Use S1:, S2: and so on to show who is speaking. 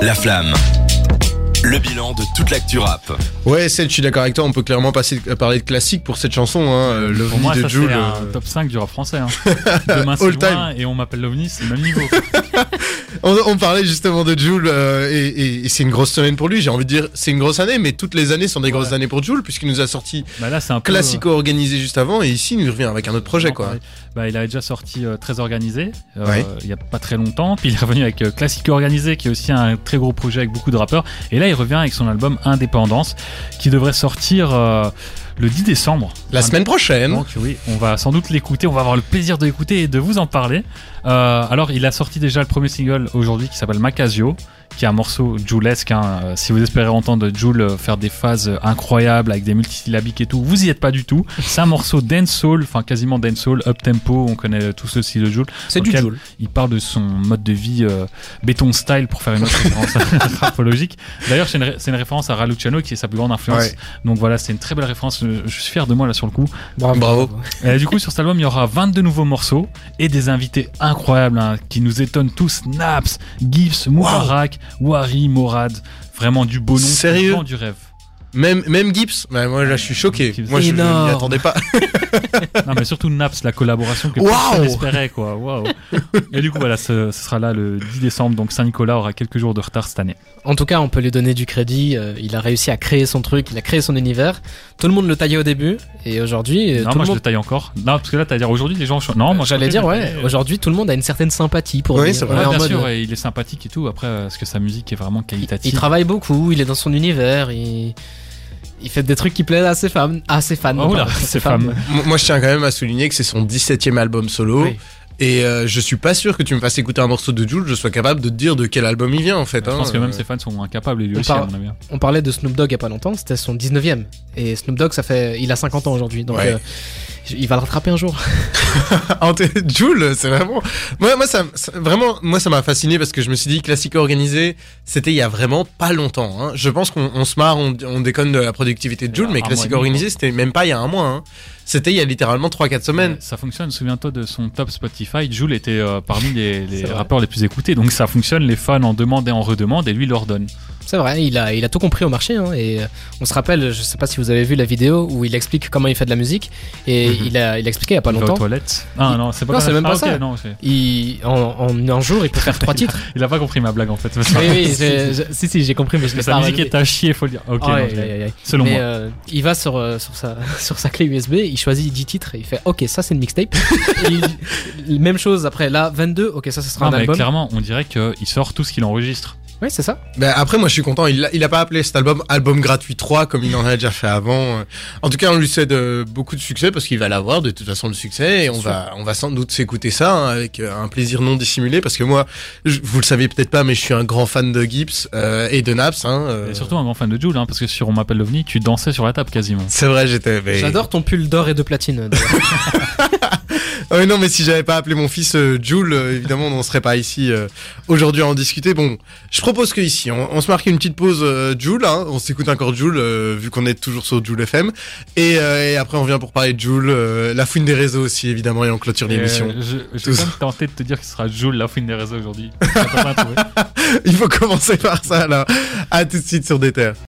S1: La flamme. Le bilan de toute l'actu rap.
S2: Ouais, Seth, je suis d'accord avec toi, on peut clairement passer, euh, parler de classique pour cette chanson, hein, euh,
S3: Pour
S2: L'OVNI
S3: moi,
S2: de
S3: ça,
S2: Jules.
S3: c'est un
S2: euh,
S3: top 5 du rap français. Hein. Demain, c'est
S2: All
S3: loin et on m'appelle l'OVNI, c'est le même niveau. quoi.
S2: On, on parlait justement de Jules euh, et, et- et c'est une grosse semaine pour lui, j'ai envie de dire c'est une grosse année, mais toutes les années sont des grosses années pour Jules puisqu'il nous a sorti
S3: bah, là, c'est un peu,
S2: Classico organisé juste avant et ici il nous revient avec un autre projet
S3: Non,
S2: quoi.
S3: pareil. Bah, il avait déjà sorti euh, très organisé euh,
S2: Ouais.
S3: il y a pas très longtemps. Puis il est revenu avec euh, Classico organisé, qui est aussi un très gros projet avec beaucoup de rappeurs. Et là, il revient avec son album Indépendance, qui devrait sortir euh, le 10 décembre.
S2: La
S3: Enfin,
S2: semaine prochaine,
S3: Donc oui, on va sans doute l'écouter, on va avoir le plaisir de l'écouter et de vous en parler. Euh, alors il a sorti déjà le premier single aujourd'hui qui s'appelle Macasio, qui est un morceau joulesque. hein. Euh, Si vous espérez entendre Joule euh, faire des phases euh, incroyables avec des multisyllabiques et tout, vous y êtes pas du tout. C'est un morceau dancehall, enfin quasiment dancehall, up tempo. On connaît tous le style de Joule.
S2: c'est
S3: du
S2: du
S3: Lequel-
S2: Jules.
S3: Il parle de son mode de vie euh, béton style pour faire une autre référence rapologique. D'ailleurs, c'est une, ré- c'est une référence à Raluciano qui est sa plus grande influence.
S2: Ouais.
S3: Donc voilà, c'est une très belle référence. Je je suis fier de moi là sur le coup.
S2: Bravo.
S3: Et du coup, sur cet album, il y aura 22 nouveaux morceaux et des invités incroyables hein, qui nous étonnent tous. Naps, Gibbs, Moubarak, Wari, Morad. Vraiment du beau nom.
S2: Sérieux
S3: vraiment du rêve.
S2: Même, même Gibbs, bah, moi là je suis choqué,
S3: Gibbs.
S2: moi je, je m'y
S4: Énorme.
S2: attendais pas.
S3: Non, mais surtout Naps, la collaboration que
S2: Waouh
S3: personne espérait, quoi. Waouh. Et du coup, voilà, ce, ce sera là le 10 décembre. Donc Saint-Nicolas aura quelques jours de retard cette année.
S4: En tout cas, on peut lui donner du crédit. euh, il a réussi à créer son truc, il a créé son univers. Tout le monde le taillait au début, et aujourd'hui, euh,
S3: non,
S4: tout
S3: moi
S4: le
S3: je le
S4: monde.
S3: taille encore. Non, parce que là, t'as à dire aujourd'hui, les gens. ch- Non, moi je-
S4: J'allais dire,
S3: je-
S4: ouais,
S3: je-
S4: aujourd'hui, tout le monde a une certaine sympathie pour
S2: Oui,
S4: lui.
S2: c'est
S4: On
S2: vrai.
S4: est
S3: Ouais,
S4: en
S3: bien
S4: mode,
S3: sûr,
S4: euh,
S3: ouais, il est sympathique et tout. Après, euh, est-ce que sa musique est vraiment
S4: il,
S3: qualitative
S4: il travaille beaucoup, il est dans son univers, il, il fait des trucs qui plaisent à ses femmes. À ses fans.
S3: Oh
S4: pardon,
S3: là,
S4: à ses
S3: ses
S4: fans.
S3: femmes.
S2: Moi moi, je tiens quand même à souligner que c'est son 17ème album solo.
S4: Oui.
S2: Et euh, je suis pas sûr que tu me fasses écouter un morceau de Jules, je sois capable de te dire de quel album il vient en fait.
S3: Je
S2: hein.
S3: pense que même
S2: Euh,
S3: ses fans sont incapables, et lui
S4: on
S3: aussi, à
S4: parle-
S3: mon avis. hein.
S4: On parlait de Snoop Dogg il y a pas longtemps, c'était son 19ème. Et Snoop Dogg, ça fait, il a 50 ans aujourd'hui, donc
S2: Ouais.
S4: euh, il va le rattraper un jour.
S2: En t- Jules, c'est vraiment. Moi, moi, ça, ça- vraiment, moi, ça m'a fasciné parce que je me suis dit, classique organisé, c'était il y a vraiment pas longtemps. hein. Je pense qu'on on se marre, on, on déconne de la productivité de
S3: Et
S2: Jules,
S3: un
S2: mais
S3: mois et
S2: classique
S3: demi, hein.
S2: organisé, c'était même pas il y a un mois. hein. C'était il y a littéralement 3-4 semaines.
S3: Ça fonctionne, souviens-toi de son top Spotify, Jules était euh, parmi les, les
S4: C'est vrai.
S3: rappeurs les plus écoutés, donc ça fonctionne, les fans en demandent et en redemandent, et lui leur donne.
S4: C'est vrai, il a, il a tout compris au marché. hein, et euh, on se rappelle, je sais pas si vous avez vu la vidéo où il explique comment il fait de la musique. Et
S2: Mhm.
S4: il, a, il a expliqué il y a pas
S3: il va aux
S4: longtemps.
S3: toilettes. Ah
S4: Il-
S3: non, c'est pas
S4: Non,
S3: comme
S4: c'est même
S3: Ah,
S4: pas
S3: ok,
S4: ça.
S3: non, c'est-
S4: Il, en, en un jour, il peut faire trois titres.
S3: il a pas compris ma blague en fait.
S4: Oui, oui, j'ai- j'ai- si, si, j'ai compris, mais je l'ai
S3: Sa
S4: pas
S3: musique
S4: relevé.
S3: est à chier, faut le dire. Ok,
S4: Ah ouais,
S3: non, je l'ai-
S4: aïe, aïe, aïe.
S3: selon
S4: Mais
S3: moi.
S4: euh, il va sur, euh, sur, sa, sur sa clé USB, il choisit 10 titres et il fait Ok, ça c'est une mixtape. Et il- même chose après là, 22, ok, ça ce sera
S3: Non,
S4: un
S3: mais
S4: album.
S3: clairement, on dirait qu'il sort tout ce qu'il enregistre.
S4: Oui, c'est ça.
S2: Ben, après, moi, je suis content. Il a, il a pas appelé cet album album gratuit 3 comme il en a déjà fait avant. Euh, En tout cas, on lui cède euh, beaucoup de succès parce qu'il va l'avoir de toute façon le succès et on va, on va sans doute s'écouter ça hein, avec euh, un plaisir non dissimulé parce que moi, je- vous le savez peut-être pas, mais je suis un grand fan de Gibbs euh, et de Naps. Hein, euh.
S3: Et surtout un grand fan de Jules, hein, parce que sur On m'appelle l'OVNI, tu dansais sur la table quasiment.
S2: C'est vrai, j'étais. mais-
S4: J'adore ton pull d'or et de platine. euh, d'ailleurs.
S2: Ah oui, non, mais si j'avais pas appelé mon fils euh, Jules, euh, évidemment, on serait pas ici euh, aujourd'hui à en discuter. Bon, je propose que ici, on, on se marque une petite pause euh, Jules. hein. on s'écoute encore Jules, euh, vu qu'on est toujours sur Jules FM. Et, euh, et après, on vient pour parler de Jules, euh, la fouine des réseaux aussi, évidemment, et on clôture
S3: Et, euh,
S2: l'émission.
S3: je je
S2: Tous.
S3: vais quand même tenter de te dire que ce sera Jules la fouine des réseaux aujourd'hui. Ça peut pas trouver.
S2: Il faut commencer par ça, là. À tout de suite sur Des Terres.